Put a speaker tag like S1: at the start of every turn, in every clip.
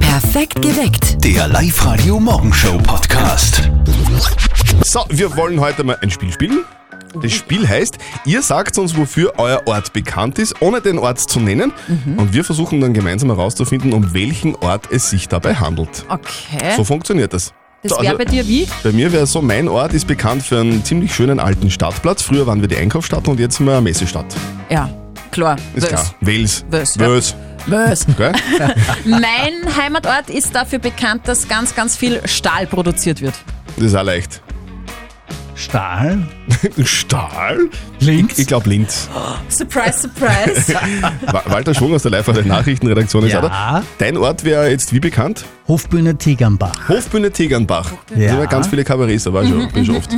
S1: Perfekt geweckt.
S2: Der Live-Radio Morgenshow Podcast.
S3: So, wir wollen heute mal ein Spiel spielen. Das Spiel heißt, ihr sagt uns, wofür euer Ort bekannt ist, ohne den Ort zu nennen. Und wir versuchen dann gemeinsam herauszufinden, um welchen Ort es sich dabei handelt.
S4: Okay.
S3: So funktioniert das.
S4: das
S3: So,
S4: wäre
S3: also-
S4: bei dir wie?
S3: Bei mir wäre es so, mein Ort ist bekannt für einen ziemlich schönen alten Stadtplatz. Früher waren wir die Einkaufsstadt und jetzt sind wir eine Messestadt.
S4: Ja, klar.
S3: Ist klar. Wels.
S4: Wels, ja.
S3: Wels.
S4: Bös.
S3: Gell?
S4: Mein Heimatort ist dafür bekannt, dass ganz, ganz viel Stahl produziert wird.
S3: Das ist auch leicht.
S5: Stahl,
S3: Stahl?
S5: links.
S3: Ich glaube Linz.
S4: Surprise, surprise.
S3: Wa- Walter Schwung aus der live der nachrichtenredaktion ist
S5: Ja.
S3: auch da. Dein Ort wäre jetzt wie bekannt?
S5: Hofbühne Tegernbach.
S3: Hofbühne Tegernbach. Da sind ja ganz viele Kabarets, da war ich schon, bin ich schon oft.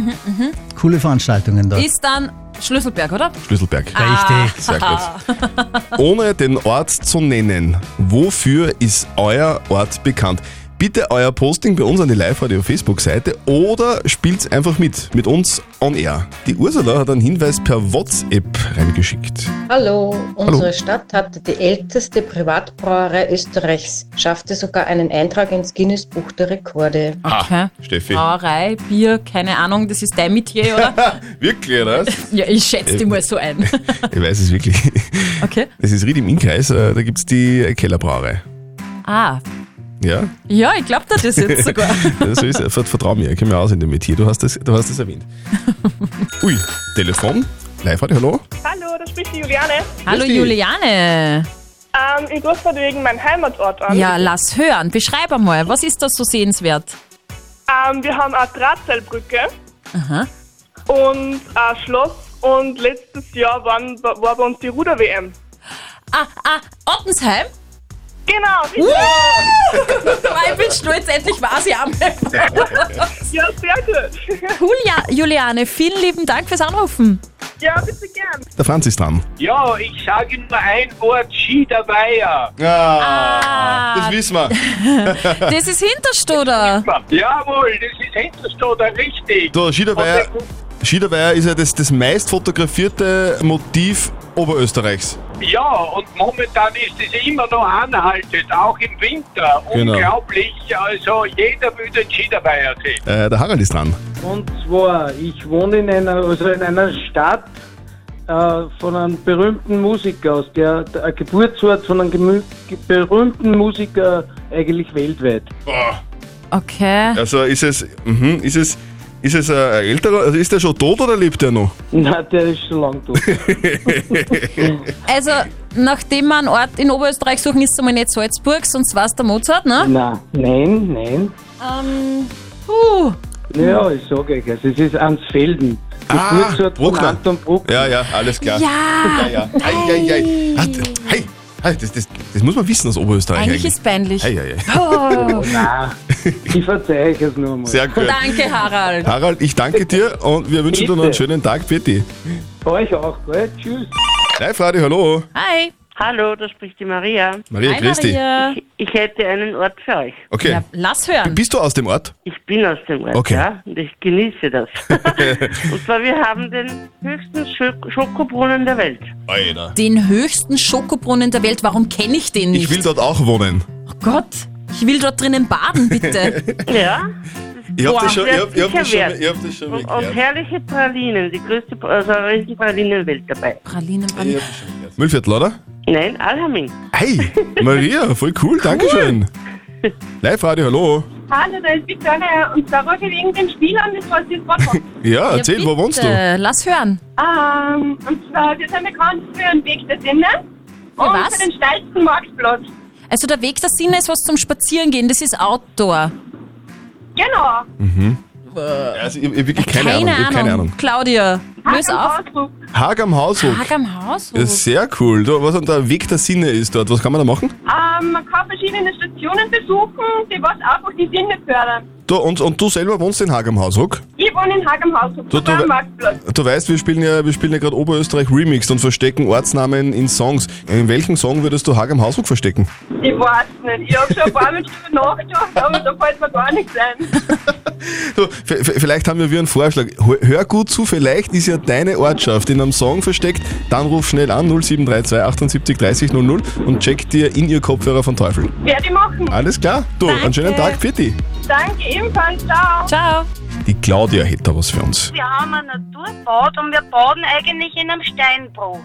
S5: Coole Veranstaltungen dort.
S4: ist dann Schlüsselberg, oder?
S3: Schlüsselberg.
S5: Richtig.
S3: Sehr gut. Ohne den Ort zu nennen, wofür ist euer Ort bekannt? Bitte euer Posting bei uns an die Live-Radio-Facebook-Seite oder spielt einfach mit, mit uns on air. Die Ursula hat einen Hinweis per WhatsApp reingeschickt.
S6: Hallo, unsere Stadt hat die älteste Privatbrauerei Österreichs, schaffte sogar einen Eintrag ins Guinness-Buch der Rekorde.
S4: Okay.
S3: Ah,
S4: Ah.
S3: Steffi.
S4: Brauerei, Bier, keine Ahnung, das ist dein Metier, oder?
S3: Wirklich, oder?
S4: ja, ich schätze dich mal so ein.
S3: Ich weiß es wirklich.
S4: Okay.
S3: Das ist Ried im Innkreis, äh, da gibt es die Kellerbrauerei.
S4: Ah,
S3: Ja,
S4: ja, ich glaube dir das jetzt sogar.
S3: so ist es. Vert- Vertrau mir, ich kenne mich aus in dem Metier. Du hast das, du hast das erwähnt. Ui, Telefon. Live-Radio, hallo?
S7: Hallo, da spricht die Juliane.
S4: Hallo
S3: dich.
S4: Juliane.
S7: Ähm, ich rufe gerade wegen meinem Heimatort an.
S4: Ja, lass hören. Beschreib einmal, was ist das so sehenswert?
S7: Ähm, wir haben eine Drahtseilbrücke
S4: Aha.
S7: und ein Schloss und letztes Jahr waren, war bei uns die Ruder-WM.
S4: Ah, ah, Ottensheim?
S7: Genau, richtig.
S4: Ich bin stolz, endlich war sie am
S7: Ja, sehr gut.
S4: Cool, ja, Juliane, vielen lieben Dank fürs Anrufen.
S7: ja, bitte gern.
S3: Der Franz ist dran.
S8: Ja, ich sage nur ein Wort, Schiederweiher.
S3: Ah, das wissen wir.
S4: Das ist Hinterstoder.
S8: Jawohl, das ist Hinterstoder richtig.
S3: So, Schiederweiher, Schiederweiher ist ja das, das meist fotografierte Motiv Oberösterreichs.
S8: Ja, und momentan ist es immer noch anhaltend, auch im Winter.
S3: Genau.
S8: Unglaublich, also jeder will den Schiederweiher sehen.
S3: Äh, der Harald ist dran.
S9: Und zwar, ich wohne in einer, also in einer Stadt äh, von einem berühmten Musiker aus, der, der Geburtsort von einem gemü- ge berühmten Musiker eigentlich weltweit.
S4: Okay.
S3: Also ist es, mhm, ist es, ist es ein älterer, also ist der schon tot oder lebt der noch?
S9: Na, der ist schon lang tot.
S4: Also, nachdem wir einen Ort in Oberösterreich suchen, ist es einmal nicht Salzburg, sonst war es der Mozart,
S3: Mhm.
S4: ne?
S9: Na, nein, nein.
S4: Ähm, puh.
S9: Ja, ich sage euch, also es ist Ansfelden.
S3: Ah,
S9: Geburtsort von
S3: Bruckner.
S9: Anton Bruckner.
S3: Ja, ja, alles klar.
S4: Ja,
S3: ja, ja. Ei, ei, ei. Hat, hey, hey, das, das, das muss man wissen aus Oberösterreich.
S4: eigentlich ist peinlich.
S3: Ei, ei, ei.
S4: Oh,
S9: Na, ich verzeihe euch es nur mal.
S3: Sehr gut.
S4: danke, Harald.
S3: Harald, ich danke dir und wir wünschen dir noch einen
S9: Bitte.
S3: schönen Tag, Betty.
S9: Euch auch, gell? Tschüss.
S3: Live Radio, hallo.
S4: Hi.
S10: Hallo, da spricht die Maria.
S3: Maria,
S4: Hi,
S3: grüß dich.
S4: Maria.
S10: Ich hätte einen Ort für euch.
S3: Okay.
S4: Ja, lass hören.
S3: Bist du aus dem Ort?
S10: Ich bin aus dem Ort,
S3: Okay.
S10: ja, und ich genieße das. und zwar, wir haben den höchsten Schö- Schokobrunnen der Welt.
S3: Alter.
S4: Den höchsten Schokobrunnen der Welt, warum kenne ich den nicht?
S3: Ich will dort auch wohnen.
S4: oh Gott, ich will dort drinnen baden, bitte.
S10: Ja,
S3: Ich hab
S4: Boah,
S3: das schon, ich
S10: wär's
S3: hab, ich hab das schon,
S10: sicher
S3: ich hab das schon
S10: und,
S3: mal
S10: und
S3: gehört.
S10: herrliche Pralinen, die größte Pra- also eine riesen Pralinenwelt dabei.
S4: Pralinen, Pralinen.
S3: Müllviertel, oder?
S10: Nein, Alhaming.
S3: Hey, Maria, voll cool, Dankeschön. Live Radio, hallo.
S7: Hallo, da ist Victoria und da rufe ich wegen dem Spiel an, das was jetzt gerade
S3: Ja, erzähl,
S4: ja,
S3: wo wohnst du?
S4: bitte, Lass hören.
S7: Ähm, und zwar, wir sind bekannt für den Weg der Sinne
S4: Für
S7: und
S4: was?
S7: für den steilsten Marktplatz.
S4: Also der Weg der Sinne ist was zum Spazierengehen, das ist Outdoor.
S7: Genau.
S3: Also, ich, ich hab wirklich keine, Ahnung, ich hab keine Ahnung.
S4: Claudia, löse auf.
S7: Ausdruck.
S3: Haag am Haushof.
S4: Tag am Haus.
S3: Ja, Sehr cool. Du, was an der Weg der Sinne ist dort, was kann man da machen?
S7: Ähm, man kann verschiedene Stationen besuchen, die was einfach die Sinne fördern.
S3: Du, und, und du selber wohnst in Haag am Haushof?
S7: Ich wohne in Haag am Haushof,
S3: Du- du-
S7: am Marktplatz.
S3: Du weißt, wir spielen ja, wir spielen ja gerade Oberösterreich Remixed und verstecken Ortsnamen in Songs. In welchem Song würdest du Haag am Haushof verstecken?
S7: Ich weiß nicht, ich habe schon ein paar Mal drüber nachgedacht, aber da fällt mir gar nichts ein.
S3: Du, v- v- vielleicht haben wir wieder einen Vorschlag. H- Hör gut zu, vielleicht ist ja deine Ortschaft in einem Song versteckt. Dann ruf schnell an 0732 78 30 00 und check dir in ihr Kopfhörer von Teufel.
S7: Werde ich machen.
S3: Alles klar? Du, einen schönen Tag, Fitti.
S7: Danke ebenfalls. Ciao.
S4: Ciao.
S3: Die Claudia hätte da was für uns.
S10: Wir haben ein Naturbad und wir baden eigentlich in einem Steinbruch.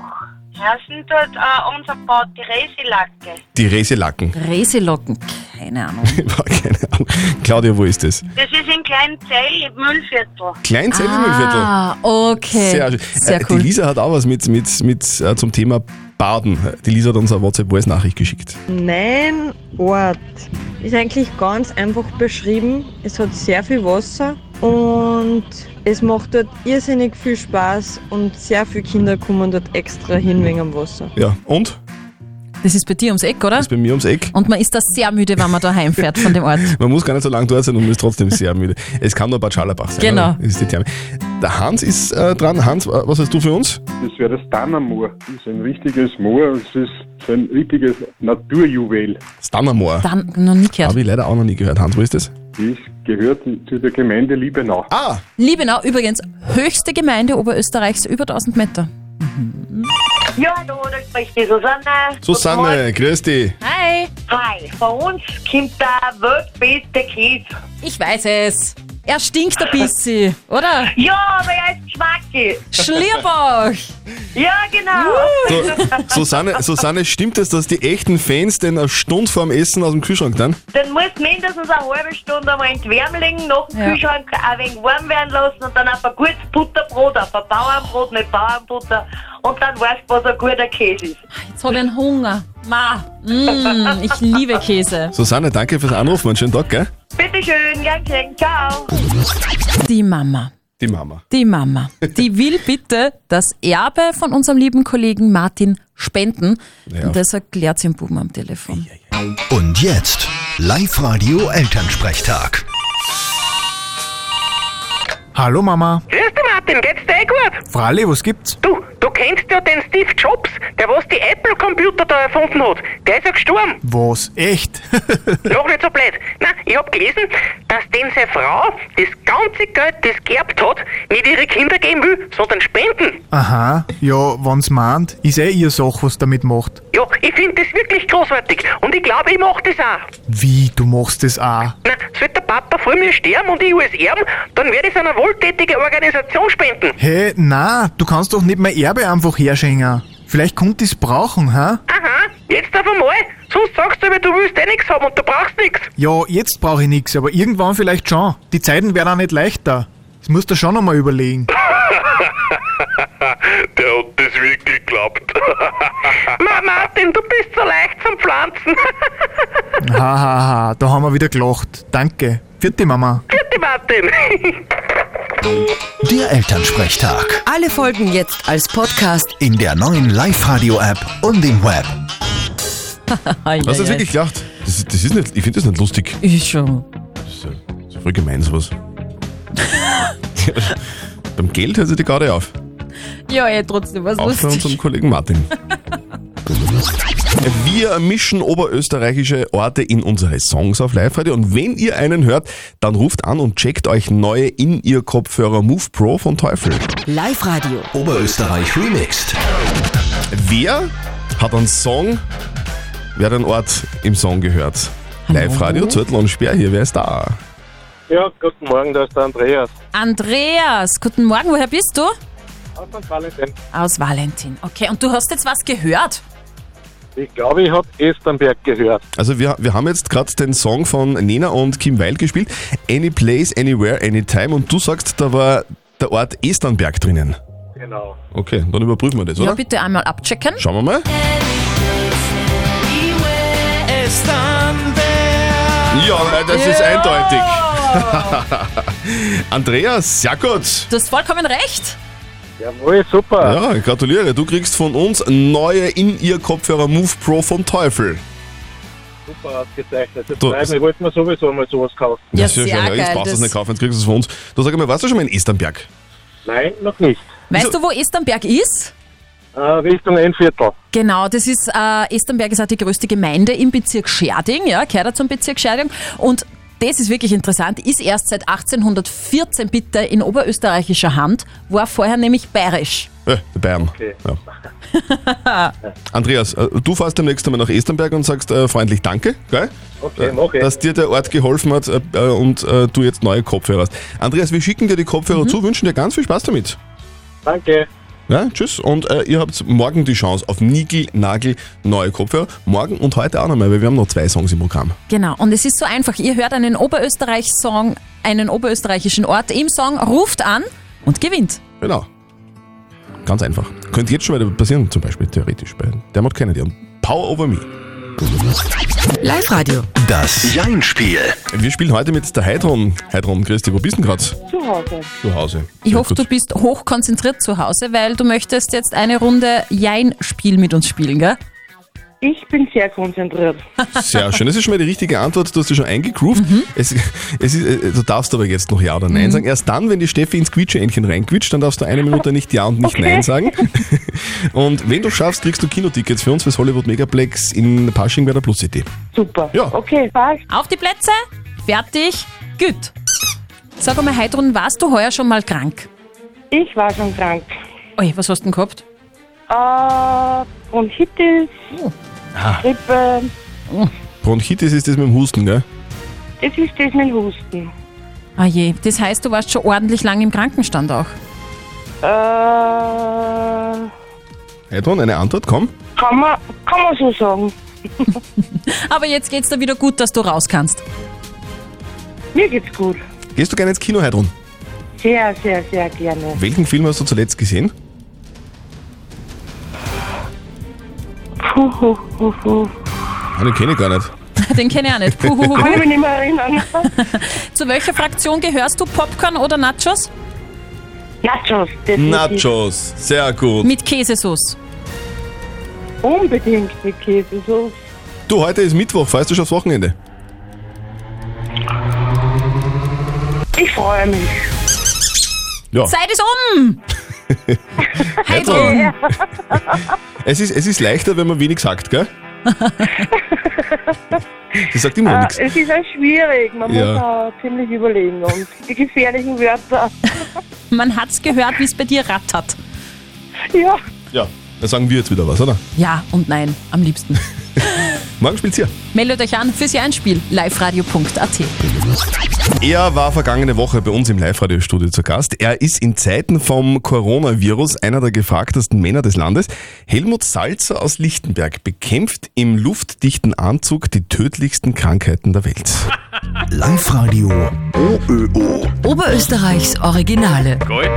S10: Heißen dort äh, unser Bad die Resilacke.
S3: Die Reselacken.
S4: Reselocken, keine Ahnung.
S3: Keine Ahnung. Claudia, wo ist das?
S10: Das ist in Kleinzell im Müllviertel.
S3: Kleinzell im Viertel.
S4: ah, okay.
S3: Sehr, schön.
S4: Sehr
S3: Äh,
S4: cool.
S3: Die Lisa hat auch was mit, mit, mit äh, zum Thema Baden. Die Lisa hat uns eine WhatsApp-Voice-Nachricht geschickt.
S1: Mein Ort ist eigentlich ganz einfach beschrieben. Es hat sehr viel Wasser und es macht dort irrsinnig viel Spaß und sehr viele Kinder kommen dort extra hin wegen am Wasser.
S3: Ja, und?
S4: Das ist bei dir ums Eck, oder?
S3: Ist bei mir ums Eck.
S4: Und man ist da sehr müde, wenn man da heimfährt von dem Ort.
S3: Man muss gar nicht so lange dort sein und man ist trotzdem sehr müde. Es kann nur Bad Schallerbach sein.
S4: Genau.
S3: oder? Das ist die Therme. Der Hans ist äh, dran. Hans, äh, was hast du für uns?
S8: Das wäre das Dannermoor. Das ist ein richtiges Moor. Es ist so ein richtiges Naturjuwel.
S3: Stannermoor.
S4: Dann noch nie gehört.
S3: Habe ich leider auch noch nie gehört. Hans, wo ist das?
S8: Das gehört zu der Gemeinde Liebenau.
S3: Ah,
S4: Liebenau übrigens, höchste Gemeinde Oberösterreichs, über 1000 Meter.
S10: Ja, hallo, da spricht die Susanne.
S3: Susanne, grüß dich.
S4: Hi.
S10: Hi, von uns kommt der weltbeste Kids.
S4: Ich weiß es. Er stinkt ein bisschen, oder?
S10: Ja, aber er ist Schmacki.
S4: Schlierbach.
S10: Ja, genau.
S7: Uh.
S3: So, Susanne, Susanne, stimmt es, dass die echten Fans denn eine Stunde vorm Essen aus dem Kühlschrank dann?
S10: Dann musst du mindestens eine halbe Stunde einmal in die Wärme legen, nach dem
S4: Ja.
S10: Kühlschrank ein wenig warm werden lassen und dann ein paar gutes Butterbrot, ein paar Bauernbrot, nicht Bauernbutter. Und dann weißt du, was ein guter Käse ist.
S4: Jetzt habe ich einen Hunger. Ma. Mm, ich liebe Käse.
S3: Susanne, danke fürs Anrufen. Einen schönen Tag, gell?
S10: Bitteschön, gern geschehen, ciao.
S4: Die Mama.
S3: Die Mama.
S4: Die Mama, die will bitte das Erbe von unserem lieben Kollegen Martin spenden.
S3: Ja.
S4: Und das erklärt sie im Buben am Telefon.
S2: Und jetzt Live-Radio Elternsprechtag.
S11: Hallo Mama.
S12: Grüß dich, Martin, geht's dir eh gut?
S11: Fralli, was gibt's?
S12: Du, du kennst ja den Steve Jobs, der was die Apple-Computer da erfunden hat. Der ist ja gestorben.
S11: Was? Echt?
S12: Noch nicht so blöd. Na, ich hab gelesen, dass dem seine Frau das ganze Geld, das geerbt hat, nicht ihre Kinder geben will, sondern spenden.
S11: Aha, ja, wenn's meint, ist eh ihr Sache, was damit macht.
S12: Ja, ich finde das wirklich großartig und ich glaube, ich mach das auch.
S11: Wie, du machst das auch?
S12: Na, sollte der Papa vor mir sterben und ich alles erben, dann werde ich es einer wohltätigen Organisation spenden.
S11: Hä, hey, na, du kannst doch nicht mein Erbe einfach herschenken. Vielleicht kommt es brauchen, hä?
S12: Aha, jetzt auf einmal. Sonst sagst du mir, du willst eh nichts haben und du brauchst nichts.
S11: Ja, jetzt brauche ich nix, aber irgendwann vielleicht schon. Die Zeiten werden auch nicht leichter. Das musst du schon einmal überlegen.
S13: Der hat das wirklich geglaubt.
S12: Ma, Martin, du bist so leicht zum Pflanzen.
S11: Hahaha, ha, ha, da haben wir wieder gelacht. Danke. Vierte Mama.
S12: Vierte Martin.
S2: Der Elternsprechtag.
S14: Alle Folgen jetzt als Podcast.
S2: In der neuen Live-Radio-App und im Web.
S3: Hast du das wirklich gelacht? Das, das ist nicht, ich finde das nicht lustig.
S4: Ich schon.
S3: Das ist, ja, das ist voll gemein, sowas. Ja, Beim Geld hört sich die Garde auf.
S4: Ja, eh, trotzdem, was
S3: Auch für
S4: lustig.
S3: unseren Kollegen Martin. Wir mischen oberösterreichische Orte in unsere Songs auf Live-Radio und wenn ihr einen hört, dann ruft an und checkt euch neue in ihr Kopfhörer Move Pro von Teufel.
S14: Live-Radio.
S2: Oberösterreich remixed.
S3: Wer hat einen Song, wer hat einen Ort im Song gehört? Live-Radio, Zürtel und Sperr hier, wer ist da?
S15: Ja, guten Morgen, da ist der Andreas.
S4: Andreas, guten Morgen, woher bist du?
S15: Aus St. Valentin.
S4: Aus Valentin. Okay, und du hast jetzt was gehört?
S15: Ich glaube, ich habe Esternberg gehört.
S3: Also wir, wir haben jetzt gerade den Song von Nena und Kim Weil gespielt. Any place, anywhere, anytime. Und du sagst, da war der Ort Esternberg drinnen.
S15: Genau.
S3: Okay, dann überprüfen wir das,
S4: Ja,
S3: oder?
S4: bitte einmal abchecken.
S3: Schauen wir mal. Ja, nein, das ist
S4: Ja.
S3: eindeutig. Andreas, sehr gut.
S4: Du hast vollkommen recht.
S15: Jawohl, super.
S3: Ja, gratuliere. Du kriegst von uns neue In-Ear-Kopfhörer Move Pro von Teufel.
S15: Super ausgezeichnet. Das
S3: Du-
S15: freut mich. Ich wollte mir sowieso mal sowas kaufen.
S3: Das ist schön. Jetzt brauchst du es nicht kaufen, jetzt kriegst du es von uns. Du sag mal, warst du schon mal in Esternberg?
S15: Nein, noch nicht.
S4: Weißt du, wo Esternberg ist?
S15: Äh, Richtung ein Viertel.
S4: Genau, das ist, äh, Esternberg ist auch die größte Gemeinde im Bezirk Scherding, ja, gehört auch zum Bezirk Scherding. Und das ist wirklich interessant, ist erst seit 1814 bitte in oberösterreichischer Hand, war vorher nämlich bayerisch.
S3: Äh, die Bayern. Ja. Andreas, äh, du fährst demnächst einmal nach Esternberg und sagst äh, freundlich Danke, gell?
S15: Okay,
S3: Äh,
S15: mach ich.
S3: Dass dir der Ort geholfen hat äh, äh, und äh, du jetzt neue Kopfhörer hast. Andreas, wir schicken dir die Kopfhörer zu, wünschen dir ganz viel Spaß damit.
S15: Danke.
S3: Ja, tschüss und äh, ihr habt morgen die Chance auf Nigel Nagel neue Kopfhörer. Morgen und heute auch nochmal, weil wir haben noch zwei Songs im Programm.
S4: Genau, und es ist so einfach. Ihr hört einen Oberösterreich-Song, einen oberösterreichischen Ort im Song, ruft an und gewinnt.
S3: Genau. Ganz einfach. Könnte jetzt schon wieder passieren, zum Beispiel theoretisch bei Dermot Kennedy und Power Over Me.
S14: Live Radio.
S3: Das Jein-Spiel. Wir spielen heute mit der Heidrun. Heidrun, Christi, wo bist denn gerade?
S4: Zu Hause.
S3: Zu Hause.
S4: Ich
S3: Sehr
S4: hoffe,
S3: gut.
S4: du bist hochkonzentriert zu Hause, weil du möchtest jetzt eine Runde Jein-Spiel mit uns spielen, gell?
S7: Ich bin sehr konzentriert.
S3: Sehr schön. Das ist schon mal die richtige Antwort. Du hast dich schon eingegroovt. Es, es ist, äh, du darfst aber jetzt noch Ja oder Nein
S7: Mhm.
S3: sagen. Erst dann, wenn die Steffi ins Quietscheentchen reinquitscht, dann darfst du eine Minute nicht Ja und nicht Nein sagen. Und wenn du schaffst, kriegst du Kinotickets für uns fürs Hollywood Megaplex in Pasching bei der Plus City.
S7: Super.
S3: Ja.
S7: Okay, passt.
S4: Auf die Plätze, fertig, gut. Sag einmal, Heidrun, warst du heuer schon mal krank?
S7: Ich war schon krank.
S4: Oi, was hast du denn gehabt?
S7: Äh, Bronchitis, Grippe,
S3: Bronchitis ist das mit dem Husten, gell?
S7: das ist das mit Husten.
S4: Ah je, das heißt, du warst schon ordentlich lang im Krankenstand auch.
S7: Äh,
S3: Heidrun, eine Antwort, komm.
S7: kann man, kann man so sagen.
S4: Aber jetzt geht's dir wieder gut, dass du raus kannst.
S7: Mir geht's gut.
S3: Gehst du gerne ins Kino, Heidrun?
S7: Sehr, sehr, sehr gerne.
S3: Welchen Film hast du zuletzt gesehen?
S7: Puh, puh, puh, puh.
S3: Ah, den kenne ich gar nicht.
S4: Den kenne ich auch nicht. Puhuhuhu.
S7: Kann ich mich nicht mehr erinnern.
S4: Zu welcher Fraktion gehörst du? Popcorn oder Nachos?
S7: Nachos.
S3: Nachos, sehr gut.
S4: Mit Käsesauce.
S7: Unbedingt mit Käsesauce.
S3: Du, heute ist Mittwoch, fährst du schon aufs Wochenende?
S7: Ich freue mich.
S3: Ja.
S4: Zeit ist um! Heidrun!
S3: Es ist, es ist leichter, wenn man wenig sagt, gell? Sie sagt immer noch
S7: Ah,
S3: nichts.
S7: es ist auch schwierig. Man muss
S3: Ja.
S7: auch ziemlich überlegen. Und die gefährlichen Wörter.
S4: Man hat's gehört, wie es bei dir rattert.
S7: Ja.
S3: Ja, dann sagen wir jetzt wieder was, oder?
S4: Ja und nein, am liebsten.
S3: Morgen spielt's hier.
S4: Meldet euch an fürs Einspiel liveradio.at.
S3: Er war vergangene Woche bei uns im Live-Radio-Studio zu Gast. Er ist in Zeiten vom Coronavirus einer der gefragtesten Männer des Landes. Helmut Salzer aus Lichtenberg bekämpft im luftdichten Anzug die tödlichsten Krankheiten der Welt.
S2: Live-Radio OÖO.
S4: Oberösterreichs Originale.
S2: Gold.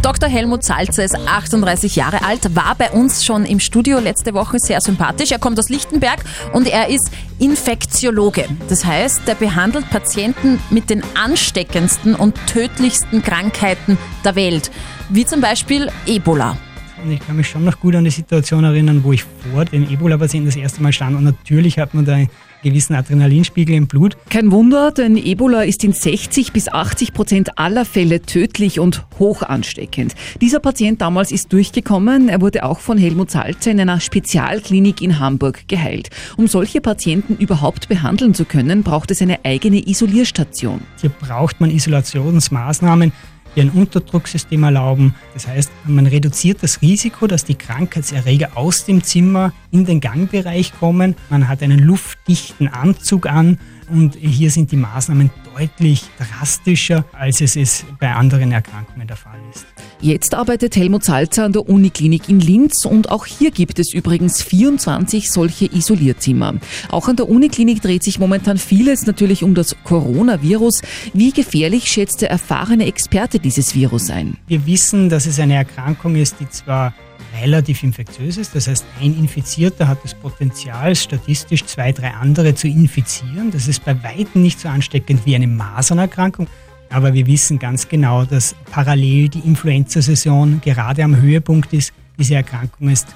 S4: Dr. Helmut Salzer ist 38 Jahre alt, war bei uns schon im Studio letzte Woche sehr sympathisch. Er kommt aus Lichtenberg und er ist Infektiologe. Das heißt, er behandelt Patienten mit den ansteckendsten und tödlichsten Krankheiten der Welt, wie zum Beispiel Ebola.
S16: Und ich kann mich schon noch gut an die Situation erinnern, wo ich vor dem Ebola-Patienten das erste Mal stand. Und natürlich hat man da einen gewissen Adrenalinspiegel im Blut.
S17: Kein Wunder, denn Ebola ist in 60 bis 80 Prozent aller Fälle tödlich und hoch ansteckend. Dieser Patient damals ist durchgekommen. Er wurde auch von Helmut Salzer in einer Spezialklinik in Hamburg geheilt. Um solche Patienten überhaupt behandeln zu können, braucht es eine eigene Isolierstation.
S16: Hier braucht man Isolationsmaßnahmen, die ein Unterdrucksystem erlauben. Das heißt, man reduziert das Risiko, dass die Krankheitserreger aus dem Zimmer in den Gangbereich kommen. Man hat einen luftdichten Anzug an und hier sind die Maßnahmen deutlich drastischer, als es ist bei anderen Erkrankungen der Fall ist.
S17: Jetzt arbeitet Helmut Salzer an der Uniklinik in Linz und auch hier gibt es übrigens 24 solche Isolierzimmer. Auch an der Uniklinik dreht sich momentan vieles natürlich um das Coronavirus. Wie gefährlich schätzt der erfahrene Experte dieses Virus ein?
S16: Wir wissen, dass es eine Erkrankung ist, die zwar relativ infektiös ist, das heißt, ein Infizierter hat das Potenzial, statistisch zwei, drei andere zu infizieren. Das ist bei weitem nicht so ansteckend wie eine Masernerkrankung. Aber wir wissen ganz genau, dass parallel die Influenza-Saison gerade am Höhepunkt ist. Diese Erkrankung ist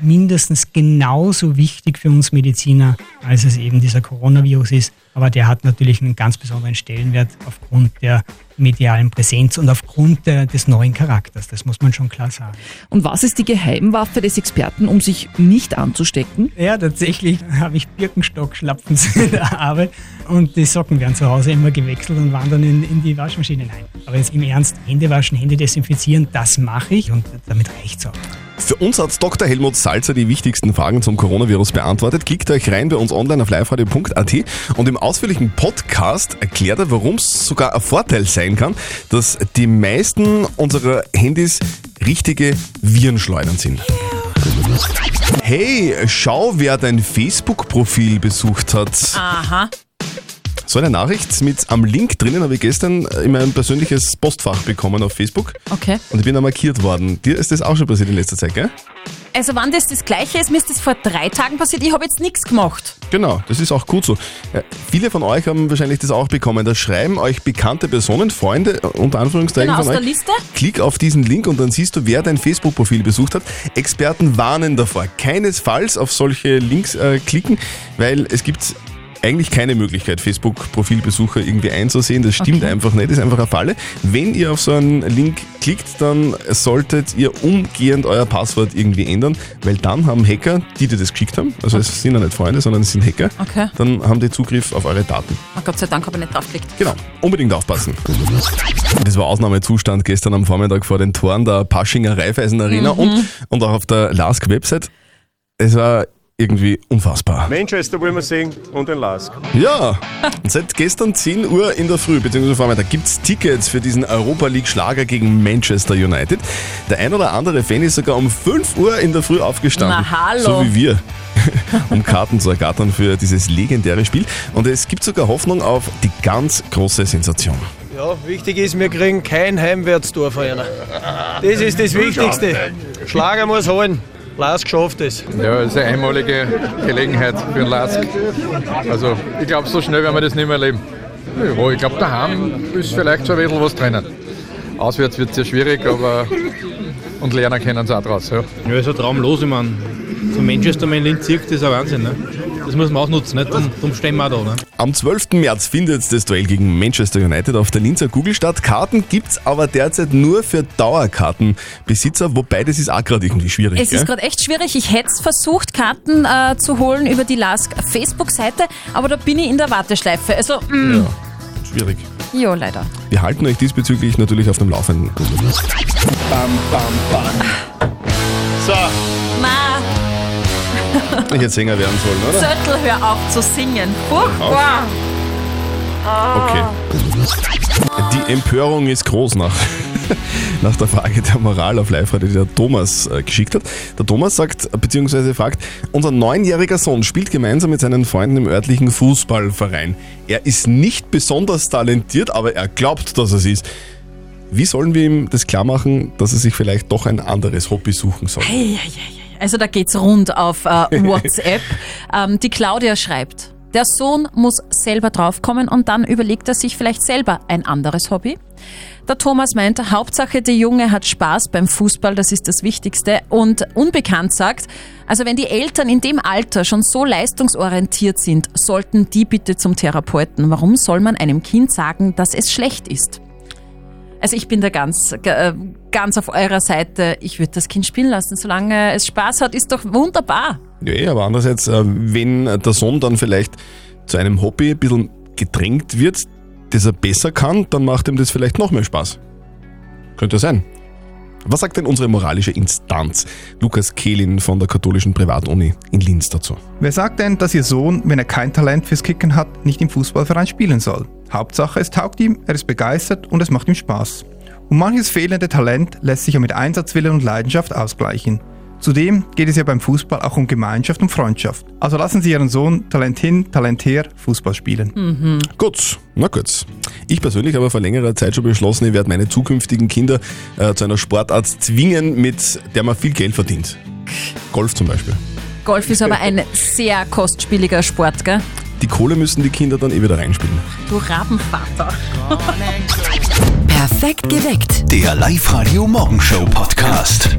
S16: mindestens genauso wichtig für uns Mediziner, als es eben dieser Coronavirus ist. Aber der hat natürlich einen ganz besonderen Stellenwert aufgrund der medialen Präsenz und aufgrund der, des neuen Charakters. Das muss man schon klar sagen.
S17: Und was ist die Geheimwaffe des Experten, um sich nicht anzustecken?
S16: Ja, tatsächlich habe ich Birkenstock-Schlapfens in der Arbeit und die Socken werden zu Hause immer gewechselt und wandern in, in die Waschmaschine hinein. Aber jetzt im Ernst, Hände waschen, Hände desinfizieren, das mache ich und damit reicht's auch.
S3: Für uns hat Dr. Helmut Salzer die wichtigsten Fragen zum Coronavirus beantwortet. Klickt euch rein bei uns online auf liveradio.at und im ausführlichen Podcast erklärt er, warum es sogar ein Vorteil sein kann, dass die meisten unserer Handys richtige Virenschleudern sind. Hey, schau, wer dein Facebook-Profil besucht hat.
S4: Aha.
S3: So eine Nachricht mit am Link drinnen habe ich gestern in mein persönliches Postfach bekommen auf Facebook.
S4: Okay.
S3: Und ich bin da markiert worden. Dir ist das auch schon passiert in letzter Zeit, gell?
S4: Also wann das das Gleiche ist, mir ist das vor drei Tagen passiert. Ich habe jetzt nichts gemacht.
S3: Genau, das ist auch gut so. Ja, viele von euch haben wahrscheinlich das auch bekommen. Da schreiben euch bekannte Personen, Freunde, äh, unter Anführungszeichen
S4: Genau, aus
S3: von
S4: der
S3: euch.
S4: Liste?
S3: Klick auf diesen Link und dann siehst du, wer dein Facebook-Profil besucht hat. Experten warnen davor. Keinesfalls auf solche Links äh, klicken, weil es gibt eigentlich keine Möglichkeit, Facebook-Profilbesucher irgendwie einzusehen. Das stimmt einfach nicht, das ist einfach eine Falle. Wenn ihr auf so einen Link klickt, dann solltet ihr umgehend euer Passwort irgendwie ändern, weil dann haben Hacker, die dir das geschickt haben, also es sind ja nicht Freunde, sondern es sind Hacker,
S4: Okay.
S3: dann haben die Zugriff auf eure Daten.
S4: Oh, Gott sei Dank habe ich nicht draufgelegt.
S3: Genau, unbedingt aufpassen. Das war Ausnahmezustand gestern am Vormittag vor den Toren der Paschinger Raiffeisen Arena
S18: Mhm.
S3: und, und auch auf der LASK-Website. Es war irgendwie unfassbar.
S18: Manchester wollen wir sehen und den Lask.
S3: Ja, und seit gestern 10 Uhr in der Früh, beziehungsweise Vormittag, gibt es Tickets für diesen Europa League Schlager gegen Manchester United. Der ein oder andere Fan ist sogar um 5 Uhr in der Früh aufgestanden.
S4: Na, hallo.
S3: So wie wir. um Karten zu ergattern für dieses legendäre Spiel. Und es gibt sogar Hoffnung auf die ganz große Sensation.
S19: Ja, wichtig ist, wir kriegen kein Heimwärtstor einer. Das ist das Wichtigste. Schlager muss holen. Lask schafft es.
S20: Ja, das ist Also, eine einmalige Gelegenheit für den Lask. Also, ich glaube, so schnell werden wir das nicht mehr erleben. Ja, ich glaube, daheim ist vielleicht schon ein bisschen was drinnen. Auswärts wird es sehr schwierig, aber. Und lernen können sie auch draus. Ja,
S21: Ja, ist ein Traum los, ich meine. Von Manchester, mein Linz zirkt, das ist ein Wahnsinn. Ne? Das muss man ausnutzen, nicht? Darum, darum stehen wir auch da. Ne?
S3: Am 12. März findet das Duell gegen Manchester United auf der Linzer Google statt. Karten gibt's aber derzeit nur für Dauerkartenbesitzer, wobei das ist auch gerade irgendwie schwierig.
S4: Es ist
S3: gell?
S4: gerade echt schwierig. Ich hätte es versucht, Karten äh, zu holen über die Lask Facebook-Seite, aber da bin ich in der Warteschleife. Also, mh,
S3: schwierig.
S4: ja. leider.
S3: Wir halten euch diesbezüglich natürlich auf dem Laufenden.
S18: Bam, bam, bam. So.
S4: Ma,
S3: Ich hätte Sänger werden sollen, oder?
S4: Zöttl, hör auf zu singen. Furchtbar.
S3: Okay. Die Empörung ist groß nach, nach der Frage der Moral auf live die der Thomas äh, geschickt hat. Der Thomas sagt, beziehungsweise fragt, unser neunjähriger Sohn spielt gemeinsam mit seinen Freunden im örtlichen Fußballverein. Er ist nicht besonders talentiert, aber er glaubt, dass er es ist. Wie sollen wir ihm das klar machen, dass er sich vielleicht doch ein anderes Hobby suchen soll?
S4: Ei, ei, ei, ei. Also da geht's rund auf äh, WhatsApp. ähm, die Claudia schreibt, der Sohn muss selber draufkommen und dann überlegt er sich vielleicht selber ein anderes Hobby. Der Thomas meint, Hauptsache der Junge hat Spaß beim Fußball, das ist das Wichtigste. Und unbekannt sagt, also wenn die Eltern in dem Alter schon so leistungsorientiert sind, sollten die bitte zum Therapeuten. Warum soll man einem Kind sagen, dass es schlecht ist? Also ich bin da ganz, g- äh, ganz auf eurer Seite. Ich würde das Kind spielen lassen, solange es Spaß hat, ist doch wunderbar.
S3: Ja, aber andererseits, äh, wenn der Sohn dann vielleicht zu einem Hobby ein bisschen gedrängt wird, das er besser kann, dann macht ihm das vielleicht noch mehr Spaß. Könnte sein. Was sagt denn unsere moralische Instanz? Lukas Kehlin von der katholischen Privatuni in Linz dazu.
S22: Wer sagt denn, dass Ihr Sohn, wenn er kein Talent fürs Kicken hat, nicht im Fußballverein spielen soll? Hauptsache, es taugt ihm, er ist begeistert und es macht ihm Spaß. Und manches fehlende Talent lässt sich ja mit Einsatzwillen und Leidenschaft ausgleichen. Zudem geht es ja beim Fußball auch um Gemeinschaft und Freundschaft. Also lassen Sie Ihren Sohn Talent hin, Talent her, Fußball spielen.
S3: Gut, na gut. Ich persönlich habe vor längerer Zeit schon beschlossen, ich werde meine zukünftigen Kinder äh, zu einer Sportart zwingen, mit der man viel Geld verdient. Golf zum Beispiel.
S4: Golf ist aber ein sehr kostspieliger Sport, gell?
S3: Die Kohle müssen die Kinder dann eh wieder reinspielen.
S4: Du Rabenvater.
S14: Perfekt geweckt.
S2: Der Live-Radio Morgenshow Podcast.